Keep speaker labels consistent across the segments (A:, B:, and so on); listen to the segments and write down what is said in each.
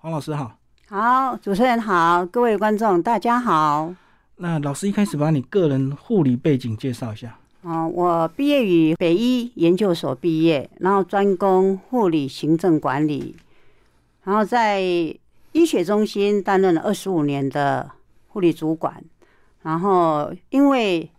A: 黄老师好。
B: 好，主持人好，各位观众大家好。
A: 那老师一开始把你个人护理背景介绍一下。
B: 哦，我毕业于北医研究所毕业，然后专攻护理行政管理，然后在医学中心担任了二十五年的护理主管。然后因为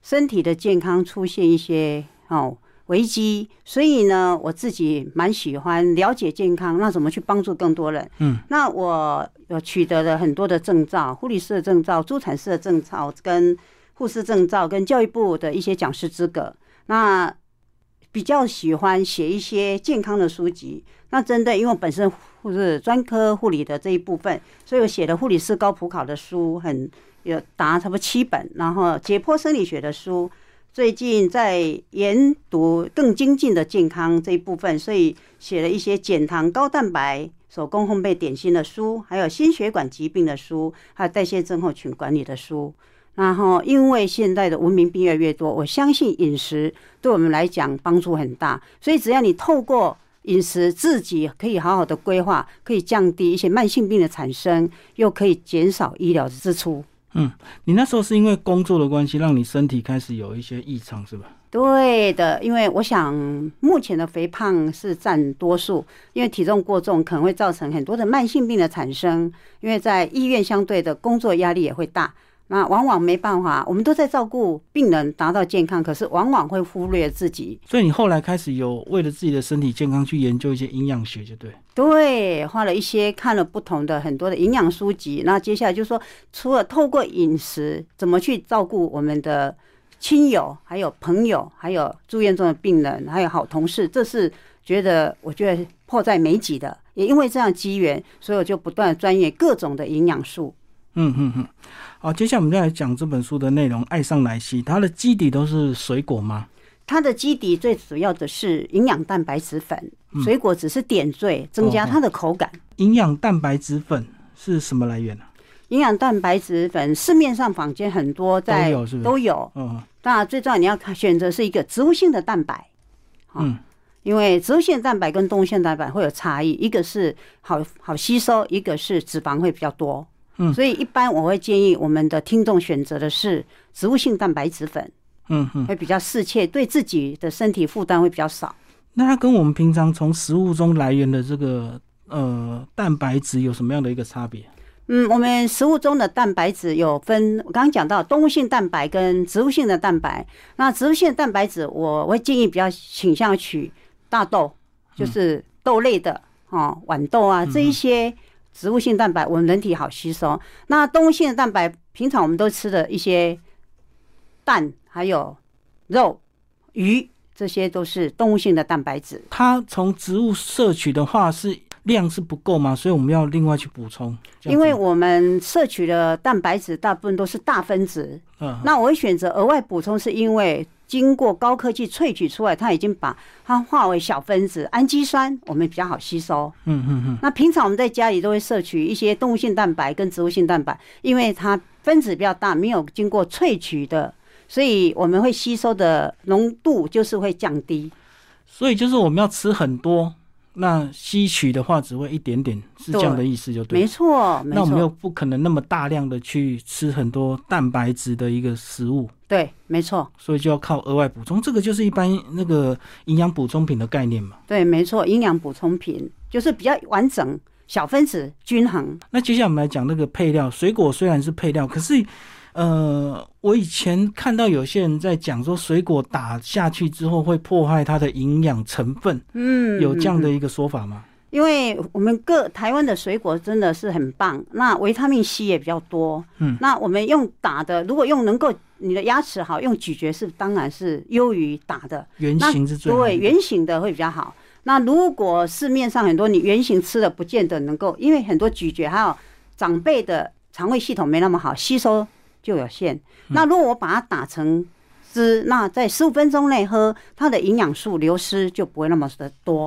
B: 身体的健康出现一些哦危机，所以呢，我自己蛮喜欢了解健康，那怎么去帮助更多人？
A: 嗯，
B: 那我有取得了很多的证照，护理师的证照、助产士的证照跟护士证照跟教育部的一些讲师资格。那比较喜欢写一些健康的书籍。那针对因为我本身护士专科护理的这一部分，所以我写的护理师高普考的书很有达差不多七本，然后解剖生理学的书。最近在研读更精进的健康这一部分，所以写了一些减糖、高蛋白、手工烘焙点心的书，还有心血管疾病的书，还有代谢症候群管理的书。然后，因为现在的文明病越来越多，我相信饮食对我们来讲帮助很大。所以，只要你透过饮食自己可以好好的规划，可以降低一些慢性病的产生，又可以减少医疗的支出。
A: 嗯你那时候是因为工作的关系，让你身体开始有一些异常，是吧？
B: 对的，因为我想目前的肥胖是占多数，因为体重过重可能会造成很多的慢性病的产生，因为在医院相对的工作压力也会大。那往往没办法，我们都在照顾病人达到健康，可是往往会忽略自己。
A: 所以你后来开始有为了自己的身体健康去研究一些营养学，就对。
B: 对，花了一些看了不同的很多的营养书籍。那接下来就是说，除了透过饮食怎么去照顾我们的亲友、还有朋友、还有住院中的病人、还有好同事，这是觉得我觉得迫在眉睫的。也因为这样机缘，所以我就不断地钻研各种的营养素。
A: 嗯嗯嗯。好，接下来我们就来讲这本书的内容，《爱上莱西》，它的基底都是水果吗？
B: 它的基底最主要的是营养蛋白质粉，
A: 嗯
B: 水果只是点缀，增
A: 哦
B: 加它的口感。
A: 营养蛋白质粉是什么来源呢、啊
B: 营养蛋白质粉市面上坊间很多
A: 都
B: 在，
A: 有是不是
B: 都有。
A: 嗯
B: 那最重要你要看选择是一个植物性的蛋白，好
A: 嗯
B: 因为植物性蛋白跟动物性蛋白会有差异，一个是好好吸收，一个是脂肪会比较多。
A: 嗯
B: 所以一般我会建议我们的听众选择的是植物性蛋白质粉，
A: 嗯嗯。
B: 会比较适切，对自己的身体负担会比较少。
A: 那它跟我们平常从食物中来源的这个呃蛋白质有什么样的一个差别？
B: 嗯，我们食物中的蛋白质有分，我刚刚讲到动物性蛋白跟植物性的蛋白。那植物性的蛋白质，我会建议比较倾向取大豆，
A: 嗯
B: 就是豆类的哦，豌豆啊这一些植物性蛋白，我们人体好吸收。那动物性的蛋白，平常我们都吃的一些蛋，还有肉、鱼，这些都是动物性的蛋白质。
A: 它从植物摄取的话是量是不够嘛，所以我们要另外去补充。这样子
B: 因为我们摄取的蛋白质大部分都是大分子，
A: 嗯
B: 那我会选择额外补充，是因为经过高科技萃取出来，它已经把它化为小分子氨基酸，我们比较好吸收。
A: 嗯嗯嗯
B: 那平常我们在家里都会摄取一些动物性蛋白跟植物性蛋白，因为它分子比较大，没有经过萃取的，所以我们会吸收的浓度就是会降低。
A: 所以就是我们要吃很多，那吸取的话只会一点点，是这样的意思就对。
B: 没错，没
A: 那我们又
B: 错，
A: 不可能那么大量的去吃很多蛋白质的一个食物，
B: 对，没错。
A: 所以就要靠额外补充。这个就是一般那个营养补充品的概念嘛。
B: 对，没错，营养补充品就是比较完整，小分子均衡。
A: 那接下来我们来讲那个配料，水果虽然是配料，可是，呃，我以前看到有些人在讲说，水果打下去之后会破坏它的营养成分，
B: 嗯
A: 有这样的一个说法吗？
B: 因为我们各台湾的水果真的是很棒，那维他命 C 也比较多。
A: 嗯，
B: 那我们用打的，如果用能够你的牙齿好，用咀嚼是当然是优于打的。
A: 圆形是最好
B: 对，
A: 的，
B: 圆形的会比较好。那如果市面上很多你圆形吃的，不见得能够，因为很多咀嚼还有长辈的肠胃系统没那么好，吸收就有限。
A: 嗯
B: 那如果我把它打成汁，那在十五分钟内喝，它的营养素流失就不会那么的多。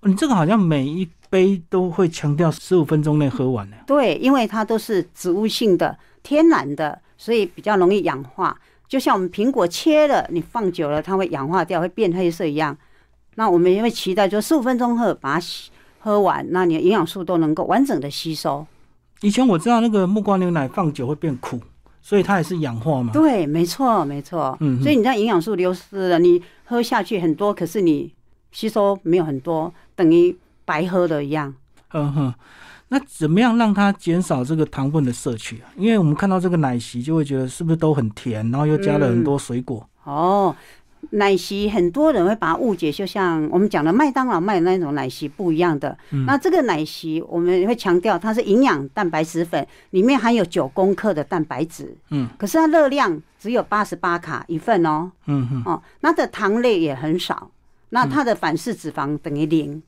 A: 哦你这个好像每一杯都会强调十五分钟内喝完呢。
B: 对，因为它都是植物性的、天然的，所以比较容易氧化。就像我们苹果切了，你放久了它会氧化掉，会变黑色一样。那我们也会期待说十五分钟后把它洗喝完，那你的营养素都能够完整的吸收。
A: 啊以前我知道那个木瓜牛奶放久会变苦，所以它也是氧化嘛。
B: 对，没错，没错。
A: 嗯哼
B: 所以你这样营养素流失了，你喝下去很多，可是你吸收没有很多，等于白喝的一样。
A: 嗯哼，那怎么样让它减少这个糖分的摄取啊？因为我们看到这个奶昔就会觉得是不是都很甜，然后又加了
B: 嗯
A: 很多水果。
B: 哦，奶昔很多人会把它误解，就像我们讲的麦当劳卖的那种奶昔不一样的。那这个奶昔我们会强调它是营养蛋白质粉，里面含有九公克的蛋白质，
A: 嗯
B: 可是它热量只有八十八卡一份哦。
A: 嗯哼，
B: 哦，那的糖类也很少，那它的反式脂肪等于零。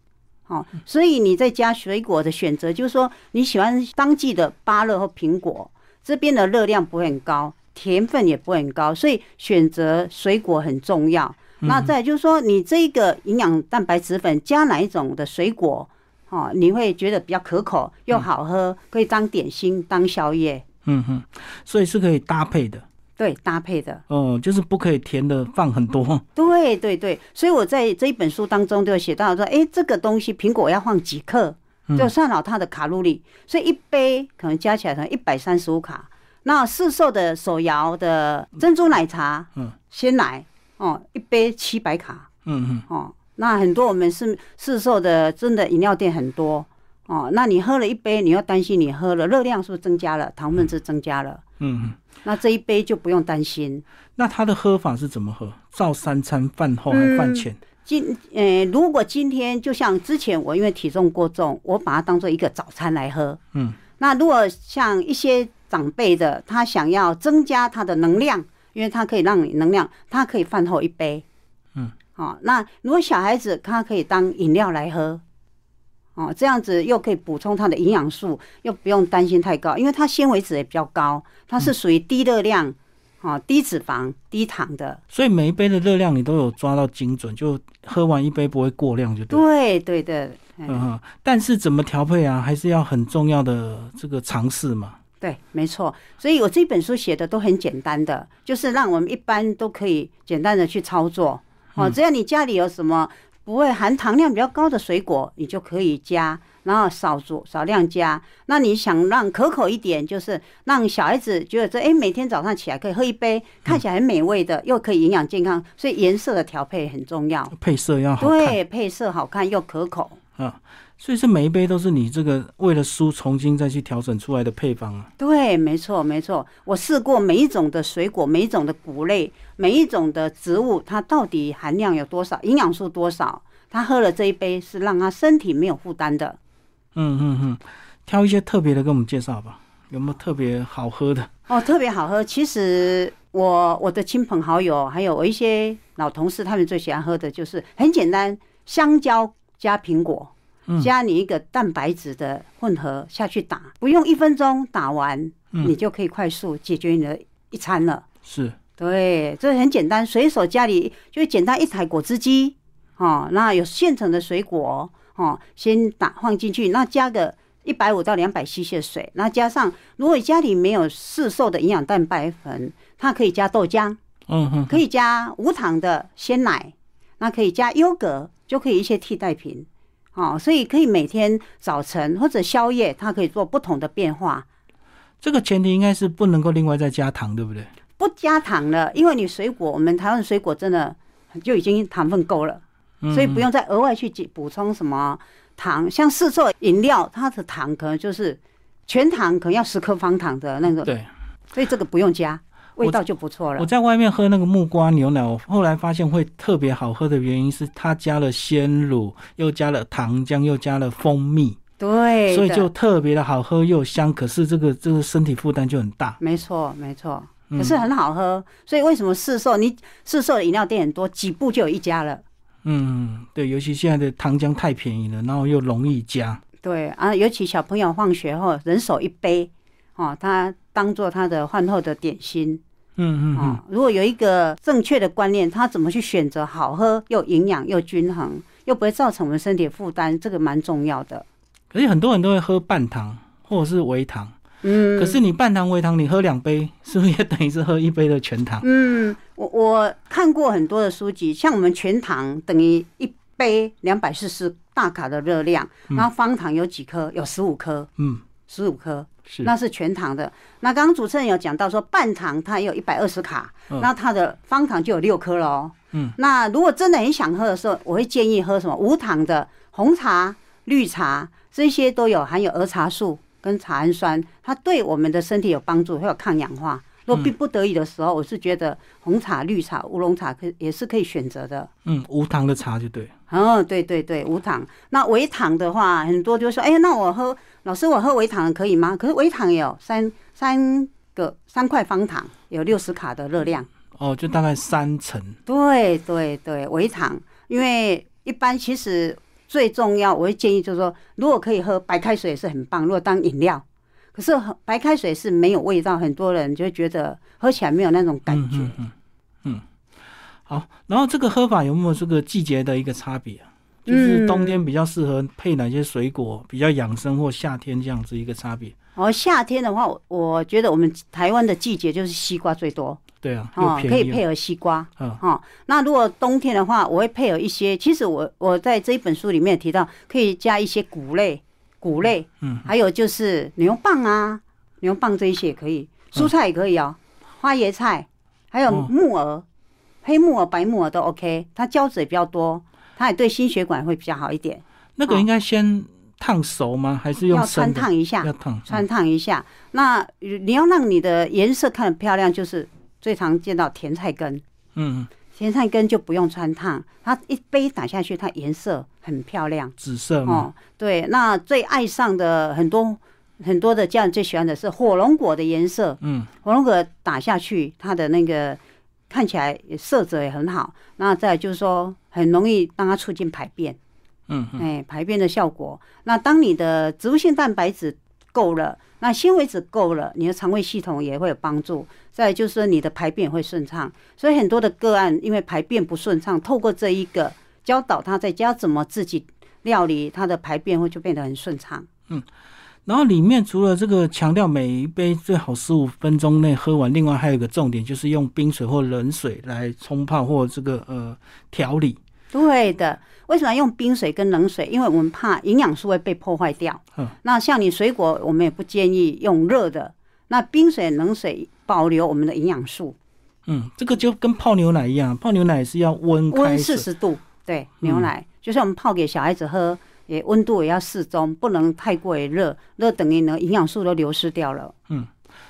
B: 哦，所以你在加水果的选择，就是说你喜欢当季的芭乐或苹果，这边的热量不会很高，甜分也不会很高，所以选择水果很重要。那再就是说，你这个营养蛋白质粉加哪一种的水果，哦，你会觉得比较可口又好喝，可以当点心、当宵夜，
A: 嗯哼，所以是可以搭配的。
B: 对，搭配的。
A: 哦、就是不可以甜的放很多。 嗯
B: 对对对，所以我在这一本书当中就有写到说，哎，这个东西苹果要放几克，
A: 嗯
B: 就算好它的卡路里，所以一杯可能加起来可能一百三十五卡。那市售的手摇的珍珠奶茶，
A: 嗯，
B: 鲜奶哦，一杯七百卡
A: 嗯哼，
B: 哦。那很多我们是市售的真的饮料店很多哦，那你喝了一杯，你要担心你喝了热量是不是增加了，糖分是增加了，
A: 嗯哼，
B: 那这一杯就不用担心。
A: 那它的喝法是怎么喝？照三餐饭后还饭前？
B: 嗯今呃，如果今天就像之前我因为体重过重，我把它当做一个早餐来喝。
A: 嗯，
B: 那如果像一些长辈的，他想要增加他的能量，因为它可以让你能量，他可以饭后一杯。
A: 嗯，
B: 哦，那如果小孩子，他可以当饮料来喝。哦，这样子又可以补充他的营养素，又不用担心太高，因为它纤维质也比较高，它
A: 嗯
B: 是属于低热量、哦低脂肪、低糖的。
A: 所以每一杯的热量你都有抓到精准，就喝完一杯不会过量就对了。
B: 对对的，嗯
A: 嗯哼，但是怎么调配啊，还是要很重要的这个尝试嘛。
B: 对，没错。所以我这本书写的都很简单的，就是让我们一般都可以简单的去操作。哦，
A: 嗯
B: 只要你家里有什么不会含糖量比较高的水果，你就可以加，然后少做少量加。那你想让可口一点，就是让小孩子觉得这哎，每天早上起来可以喝一
A: 嗯
B: 杯，看起来很美味的，又可以营养健康，所以颜色的调配很重要。
A: 配色要好看
B: 对，配色好看又可口。
A: 啊，所以是每一杯都是你这个为了输重新再去调整出来的配方啊。
B: 对，没错，没错。我试过每一种的水果，每一种的谷类，每一种的植物，它到底含量有多少，营养素多少？他喝了这一杯是让他身体没有负担的。
A: 嗯嗯嗯，挑一些特别的给我们介绍吧，有没有特别好喝的？
B: 哦，特别好喝。其实我我的亲朋好友，还有我一些老同事，他们最喜欢喝的就是很简单，香蕉加苹果
A: 嗯，
B: 加你一个蛋白质的混合下去打，不用一分钟打完，
A: 嗯
B: 你就可以快速解决你的一餐了。
A: 是，
B: 对，这很简单，随手家里就简单一台果汁机，哦，那有现成的水果，哦，先打放进去，那加个一百五到两百 CC 的水，那加上如果家里没有市售的营养蛋白粉，它可以加豆浆，
A: 嗯哼，
B: 可以加无糖的鲜奶，那可以加优格，就可以一些替代品，哦，所以可以每天早晨或者宵夜，它可以做不同的变化。
A: 这个前提应该是不能够另外再加糖，对不对？
B: 不加糖了，因为你水果，我们台湾水果真的就已经糖分够了，
A: 嗯
B: 所以不用再额外去挤补充什么糖。像市售饮料，它的糖可能就是全糖，可能要十克方糖的那个，
A: 对，
B: 所以这个不用加，
A: 我
B: 味道就不错
A: 我
B: 了。
A: 在外面喝那个木瓜牛奶，我后来发现会特别好喝的原因是它加了鲜乳，又加了糖浆，又加了蜂蜜，
B: 对的，
A: 所以就特别的好喝又香。可是这个这个身体负担就很大。
B: 没错没错，
A: 嗯
B: 可是很好喝。所以为什么市售你市售的饮料店很多，几步就有一家了。
A: 嗯，对，尤其现在的糖浆太便宜了，然后又容易加。
B: 对啊，尤其小朋友放学后，人手一杯，哦，他当做他的饭后的点心。
A: 嗯嗯嗯，
B: 啊、如果有一个正确的观念，他怎么去选择好喝又营养又均衡，又不会造成我们身体负担，这个蛮重要的。
A: 可是很多人都会喝半糖或者是微糖。
B: 嗯，
A: 可是你半糖微糖，你喝两杯，是不是也等于是喝一杯的全糖？
B: 嗯，我我看过很多的书籍，像我们全糖等于一杯两百四十大卡的热量，然后方糖有几颗？有十五颗，
A: 嗯，
B: 十五颗，
A: 是
B: 那是全糖的。那刚刚主持人有讲到说，半糖它也有一百二十卡，
A: 嗯
B: 那它的方糖就有六颗喽。
A: 嗯，
B: 那如果真的很想喝的时候，我会建议喝什么无糖的红茶、绿茶，这些都有含有儿茶素跟茶氨酸，它对我们的身体有帮助，会有抗氧化。如果逼不得已的时候，我是觉得红茶、绿茶、乌龙茶可以也是可以选择的。
A: 嗯，无糖的茶就对了，
B: 哦，对对对，无糖。那微糖的话，很多就说，哎，那我喝，老师我喝微糖可以吗？可是微糖有三三个三块方糖，有六十卡的热量。
A: 哦，就大概三成，
B: 对对对，微糖，因为一般其实最重要，我会建议就是说，如果可以喝白开水也是很棒，如果当饮料。可是喝白开水是没有味道，很多人就会觉得喝起来没有那种感觉。
A: 嗯嗯嗯嗯，好，然后这个喝法有没有这个季节的一个差别啊？就是
B: 嗯
A: 冬天比较适合配哪些水果，比较养生，或夏天这样子一个差别。
B: 哦，夏天的话，我我觉得我们台湾的季节就是西瓜最多
A: 对啊，又
B: 哦，可
A: 便
B: 以
A: 宜
B: 配
A: 了，
B: 合西瓜。
A: 嗯
B: 哦，那如果冬天的话，我会配合一些。其实我我在这一本书里面提到，可以加一些谷类、谷类，
A: 嗯，
B: 还有就是牛蒡啊，牛蒡这一些也可以，蔬菜也可以哦，花椰菜，还有
A: 嗯哦
B: 木耳，黑木耳、白木耳都 OK，它胶质也比较多，它也对心血管会比较好一点。
A: 那个应该先烫熟吗？还是用
B: 哦要
A: 生
B: 穿
A: 的？
B: 烫一下，
A: 要烫，嗯
B: 穿烫一下。那你要让你的颜色看得漂亮，就是最常见到甜菜根。
A: 嗯，嗯
B: 甜菜根就不用穿烫，它一杯打下去，它颜色很漂亮
A: 紫色嘛，
B: 哦。对，那最爱上的很多很多的家人最喜欢的是火龙果的颜色，
A: 嗯，
B: 火龙果打下去，它的那个看起来色泽也很好。那再来就是说，很容易让它促进排便，
A: 嗯嗯
B: 哎，排便的效果。那当你的植物性蛋白质够了，那纤维质够了，你的肠胃系统也会有帮助。再来就是说你的排便会顺畅，所以很多的个案因为排便不顺畅，透过这一个教导他在家怎么自己料理他的排便，会就变得很顺畅。
A: 然后里面除了这个强调每一杯最好十五分钟内喝完，另外还有一个重点就是用冰水或冷水来冲泡或这个呃调理。
B: 对的，为什么要用冰水跟冷水？因为我们怕营养素会被破坏掉。
A: 嗯
B: 那像你水果，我们也不建议用热的。那冰水、冷水保留我们的营养素，
A: 嗯，这个就跟泡牛奶一样，泡牛奶也是要温
B: 温
A: 开
B: 四
A: 水。
B: 十度，对，牛奶、就像我们泡给小孩子喝，也温度也要适中，不能太过于热，热等于呢营养素都流失掉了。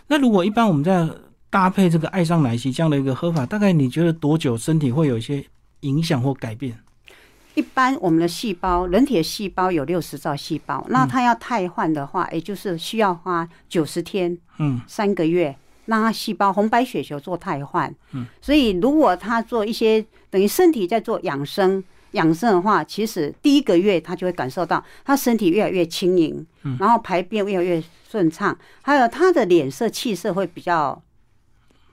A: 那如果一般我们在搭配这个爱上奶昔这样的一个喝法，大概你觉得多久身体会有一些影响或改变？
B: 一般我们的细胞，人体的细胞有六十兆细胞，那它要汰换的话，也就是需要花九十天
A: 嗯
B: 三个月，让它细胞红白血球做汰换。嗯，所以如果它做一些等于身体在做养生。养生的话，其实第一个月它就会感受到它身体越来越轻盈，
A: 嗯
B: 然后排便越来越顺畅，还有它的脸色气色会比较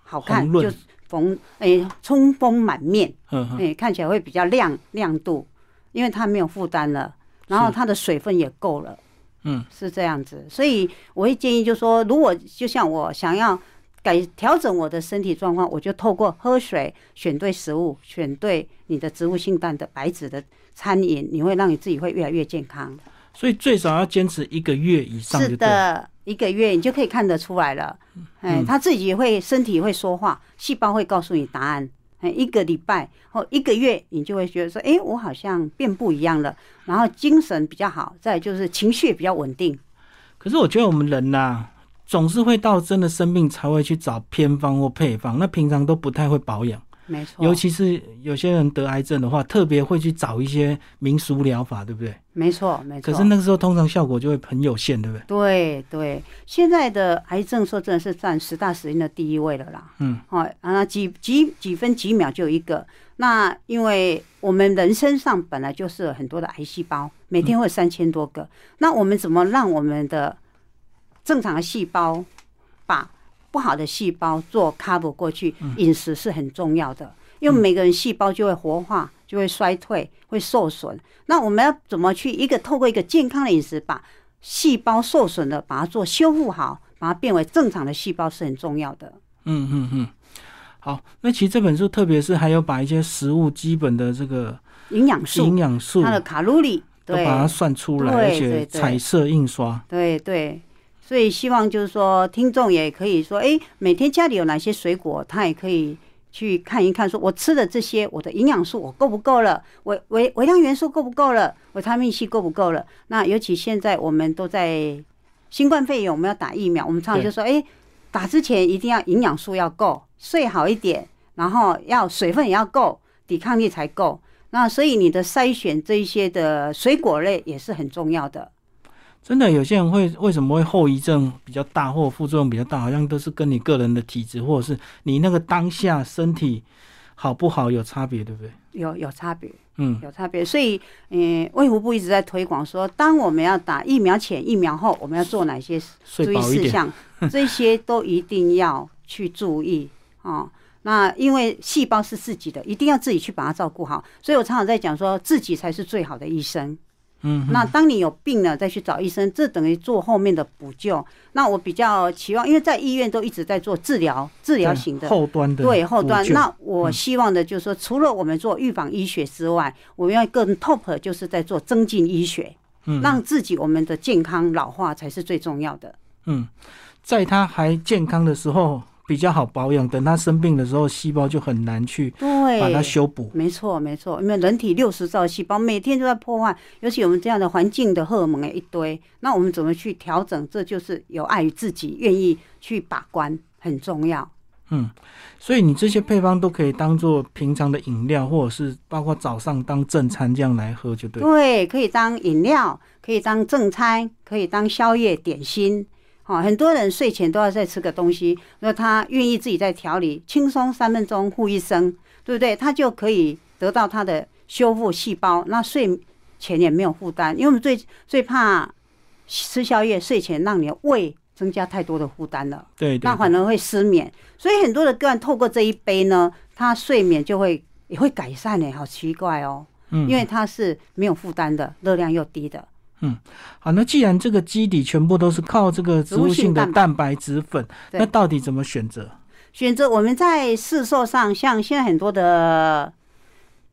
B: 好看，
A: 红
B: 就
A: 润
B: 逢诶春风满面。
A: 嗯嗯
B: 哎、看起来会比较亮亮度，因为它没有负担了，然后
A: 是
B: 它的水分也够了，
A: 嗯，
B: 是这样子。所以我会建议，就说如果就像我想要改调整我的身体状况，我就透过喝水、选对食物、选对你的植物性蛋的白质的餐饮，你会让你自己会越来越健康。
A: 所以最少要坚持一个月以上就是对了。
B: 的，一个月你就可以看得出来了。哎，
A: 嗯
B: 他自己会身体会说话，细胞会告诉你答案。哎，一个礼拜或一个月，你就会觉得说，哎，我好像变不一样了，然后精神比较好，再来就是情绪也比较稳定。
A: 可是我觉得我们人呐、总是会到真的生病才会去找偏方或配方，那平常都不太会保养，
B: 没错，
A: 尤其是有些人得癌症的话，特别会去找一些民俗疗法，对不对？
B: 没错，没错。
A: 可是那个时候通常效果就会很有限，对不对？
B: 对对，现在的癌症说真的是占十大死因的第一位了啦。
A: 嗯，
B: 哦，啊，那几几几分几秒就有一个。那因为我们人身上本来就是有很多的癌细胞，每天会有三千多个。那我们怎么让我们的正常的细胞把不好的细胞做 cover 过去？饮食是很重要的，因为每个人细胞就会活化，就会衰退，会受损。那我们要怎么去一个透过一个健康的饮食把细胞受损的，把它做修复好，把它变为正常的细胞是很重要的。
A: 嗯嗯嗯。好，那其实这本书特别是还有把一些食物基本的这个
B: 营养素
A: 营养素
B: 它的卡路里，
A: 都
B: 对
A: 把它算出来，
B: 对
A: 而
B: 对
A: 且
B: 对
A: 彩色印刷，
B: 对对，所以希望就是说，听众也可以说，哎，每天家里有哪些水果，他也可以去看一看，说我吃的这些，我的营养素我够不够了，维维微量元素够不够了，维他命 C 够不够了。那尤其现在我们都在新冠肺炎，我们要打疫苗，我们常常就说，哎，打之前一定要营养素要够，睡好一点，然后要水分也要够，抵抗力才够。那所以你的筛选这一些的水果类也是很重要的。
A: 真的有些人会为什么会后遗症比较大，或副作用比较大，好像都是跟你个人的体质，或者是你那个当下身体好不好有差别，对不对？
B: 有有差别，
A: 嗯，
B: 有差别。所以，嗯、卫福部一直在推广说，当我们要打疫苗前、疫苗后，我们要做哪些注
A: 睡
B: 意
A: 饱一
B: 事
A: 点，
B: 项，这些都一定要去注意哦。那因为细胞是自己的，一定要自己去把它照顾好。所以我常常在讲说，自己才是最好的医生。
A: 嗯，
B: 那当你有病了再去找医生，这等于做后面的补救。那我比较期望，因为在医院都一直在做治疗、治疗
A: 对啊嗯
B: 型的
A: 后端的
B: 对后端
A: 补。救
B: 那我希望的就是说，除了我们做预防医学之外，我们要更 top 的就是在做增进医学，
A: 嗯
B: 让自己我们的健康老化才是最重要的。
A: 嗯，在他还健康的时候比较好保养，等他生病的时候，细胞就很难去把它
B: 对。
A: 修补。
B: 没错，没错，因为人体六十兆细胞每天都在破坏，尤其我们这样的环境的荷尔蒙也一堆，那我们怎么去调整？这就是有碍于自己，愿意去把关，很重要。
A: 嗯，所以你这些配方都可以当做平常的饮料，或者是包括早上当正餐这样来喝，就对。
B: 对，可以当饮料，可以当正餐，可以当宵夜点心。好、很多人睡前都要再吃个东西，那他愿意自己在调理，轻松三分钟护一生，对不对？他就可以得到他的修复细胞，那睡前也没有负担，因为我们最最怕吃宵夜睡前让你的胃增加太多的负担了。
A: 对对
B: 那
A: 对
B: 反而会失眠。所以很多的个案透过这一杯呢，他睡眠就会也会改善呢，好奇怪哦。
A: 嗯
B: 因为它是没有负担的，热量又低的。
A: 好，那既然这个基底全部都是靠这个植物性的
B: 植物性蛋白
A: 蛋白质粉，
B: 对
A: 那到底怎么选择？
B: 选择我们在市售上，像现在很多的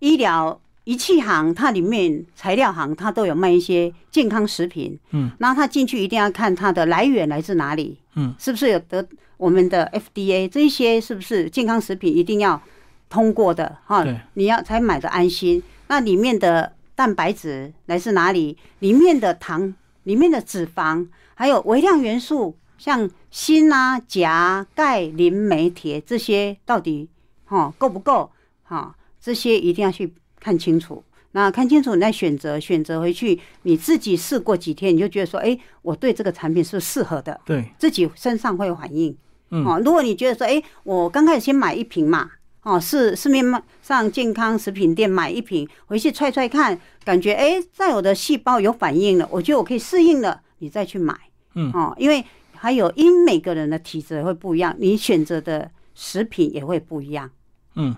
B: 医疗仪器行，它里面材料行，它都有卖一些健康食品。
A: 嗯，
B: 然后它进去一定要看它的来源来自哪里。
A: 嗯，
B: 是不是有得我们的 FDA 这一些是不是健康食品一定要通过的哈
A: 对？
B: 你要才买的安心。那里面的蛋白质来自哪里？里面的糖、里面的脂肪，还有微量元素，像锌啊、钾啊、钙、磷、镁、铁这些，到底哈够不够？哈，这些一定要去看清楚。那看清楚，你再选择，选择回去你自己试过几天，你就觉得说，哎、我对这个产品是适合的，
A: 对，
B: 自己身上会有反应。
A: 嗯
B: 哦，如果你觉得说，哎、我刚开始先买一瓶嘛，哦，市市面上健康食品店买一瓶，回去踹踹看，感觉哎、在我的细胞有反应了，我觉得我可以适应了，你再去买。
A: 嗯
B: 哦，因为还有因每个人的体质会不一样，你选择的食品也会不一样。
A: 嗯。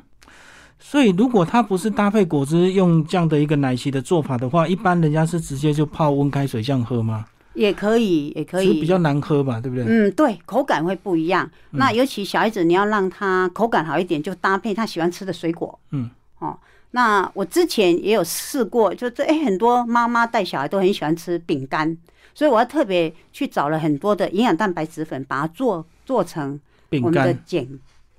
A: 所以，如果它不是搭配果汁用这样的一个奶昔的做法的话，一般人家是直接就泡温开水这样喝吗？
B: 也可以，也可
A: 只
B: 以，
A: 是比较嗯难喝吧，对不对？
B: 嗯，对，口感会不一样。那尤其小孩子，你要让他口感好一点，就搭配他喜欢吃的水果。
A: 嗯，
B: 哦，那我之前也有试过，就这哎、很多妈妈带小孩都很喜欢吃饼干，所以我要特别去找了很多的营养蛋白质粉，把它做做成我
A: 饼
B: 们的
A: 干，
B: 健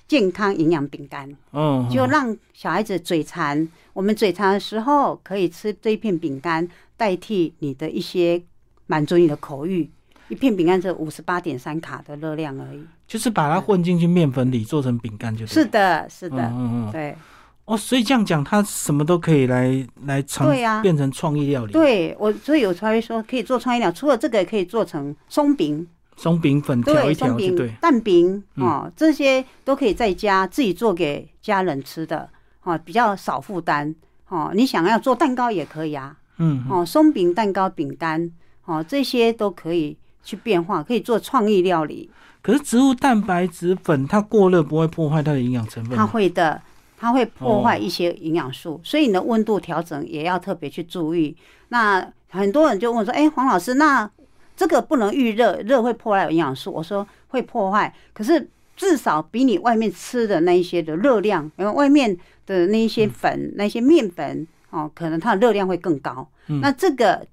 B: 健康营养饼干。
A: 嗯，
B: 就让小孩子嘴馋。我们嘴馋的时候，可以吃这一片饼干，代替你的一些满足你的口欲。一片饼干只有五十八点三卡的热量而已。
A: 就是把它混进去面粉里做成饼干就是对了。
B: 的，是
A: 嗯
B: 的，
A: 嗯嗯。
B: 对
A: 哦，所以这样讲，它什么都可以来来尝，
B: 对啊
A: 变成创意料理，
B: 对。我所以有才会说可以做创意料，除了这个也可以做成松饼，
A: 松饼粉嗯调
B: 对，
A: 一
B: 松
A: 调就
B: 饼
A: 对。、
B: 蛋饼
A: 嗯
B: 哦，这些都可以在家自己做给家人吃的，哦，比较少负担。哦，你想要做蛋糕也可以啊，
A: 嗯，嗯
B: 哦，松饼、蛋糕、饼干，哦，这些都可以去变化，可以做创意料理。
A: 可是植物蛋白质粉它过热不会破坏它的营养成分
B: 它
A: 吗，
B: 会的，它会破坏
A: 哦
B: 一些营养素，所以你的温度调整也要特别去注意。那很多人就问说：“哎、黄老师，那这个不能预热，热会破坏营养素。”我说会破坏，可是至少比呃
A: 嗯
B: 你外面吃的那一些的热量，因为外面的那一些粉、那些面粉哦，可能它的热量会更高。
A: 嗯
B: 那这个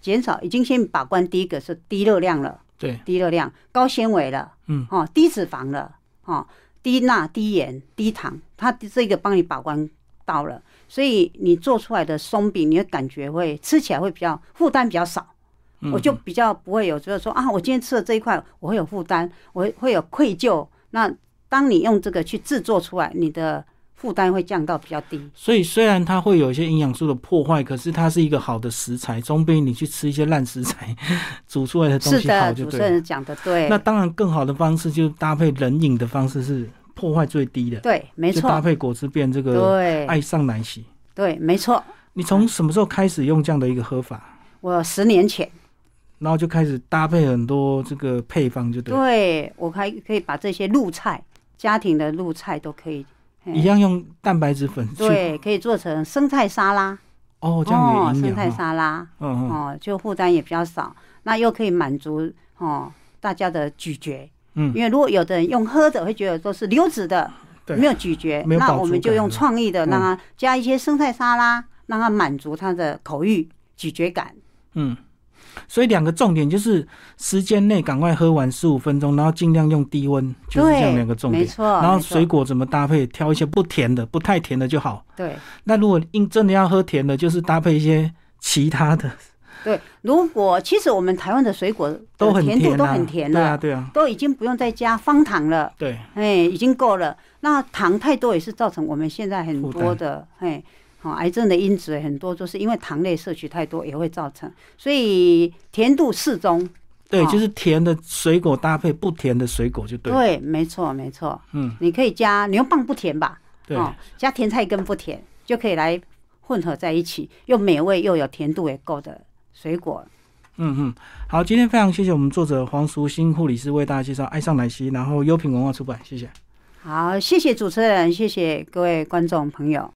B: 减少已经先把关，第一个是低热量了，
A: 对，
B: 低热量、高纤维了，
A: 嗯，
B: 哦，低脂肪了，哦，低钠、低盐、低糖，它这个帮你把关到了，所以你做出来的松饼，你的感觉会吃起来会比较负担比较少。
A: 嗯
B: 我就比较不会有，就是说啊，我今天吃了这一块，我会有负担，我会会有愧疚。那当你用这个去制作出来，你的负担会降到比较低。
A: 所以虽然它会有一些营养素的破坏，可是它是一个好的食材，总比你去吃一些烂食材 煮出来的东
B: 是
A: 西好
B: 的，
A: 就
B: 主持
A: 对了。
B: 人讲的对，
A: 那当然，更好的方式就是搭配冷饮的方式是破坏最低的，
B: 对，没
A: 就搭
B: 错，
A: 配果汁变这个
B: 对，嗯
A: 爱上奶昔。
B: 对，没错。
A: 你从什么时候开始用这样的一个喝法，
B: 我十年前，
A: 然后就开始搭配很多这个配方，就对了，
B: 对我还可以把这些露菜，家庭的露菜都可以，嘿
A: 一样用蛋白质粉去
B: 对，可以做成生菜沙拉，
A: 哦，这样也营养
B: 生菜
A: 哦。
B: 沙拉，
A: 嗯嗯
B: 哦，就负担也比较少，那又可以满足哦大家的咀嚼。
A: 嗯
B: 因为如果有的人用喝的，会觉得都是流质的，
A: 对
B: 没有咀嚼，
A: 没有饱
B: 那
A: 足
B: 我们就
A: 感
B: 用
A: 了
B: 创意的，
A: 嗯
B: 让他加一些生菜沙拉，让他满足他的口欲、咀嚼感。
A: 嗯。所以两个重点就是时间内赶快喝完十五分钟，然后尽量用低温，就是这样
B: 对
A: 两个重
B: 没
A: 点。
B: 错。
A: 然后
B: 没错
A: 水果怎么搭配，挑一些不甜的、不太甜的就好。
B: 对
A: 那如果硬真的要喝甜的，就是搭配一些其他的，
B: 对，如果其实我们台湾的水果的
A: 都很
B: 甜度
A: 啊，
B: 都很甜
A: 对啊，
B: 了，
A: 对啊，
B: 都已经不用再加方糖了。
A: 对，
B: 哎，已经够了。那糖太多也是造成我们现在很
A: 负
B: 多的，哎，好、癌症的因子也很多，就是因为糖类摄取太多也会造成。所以甜度适中，
A: 对，
B: 哦
A: 就是甜的水果搭配不甜的水果就对
B: 对，
A: 了。
B: 没错，没错。
A: 嗯，
B: 你可以加牛蒡不甜吧？
A: 对，
B: 哦，加甜菜根不甜，就可以来混合在一起，又美味又有甜度也够的水果。
A: 嗯嗯，好，今天非常谢谢我们作者黄淑欣护理师为大家介绍《爱上奶昔》，然后优品文化出版，谢谢。
B: 好，谢谢主持人，谢谢各位观众朋友。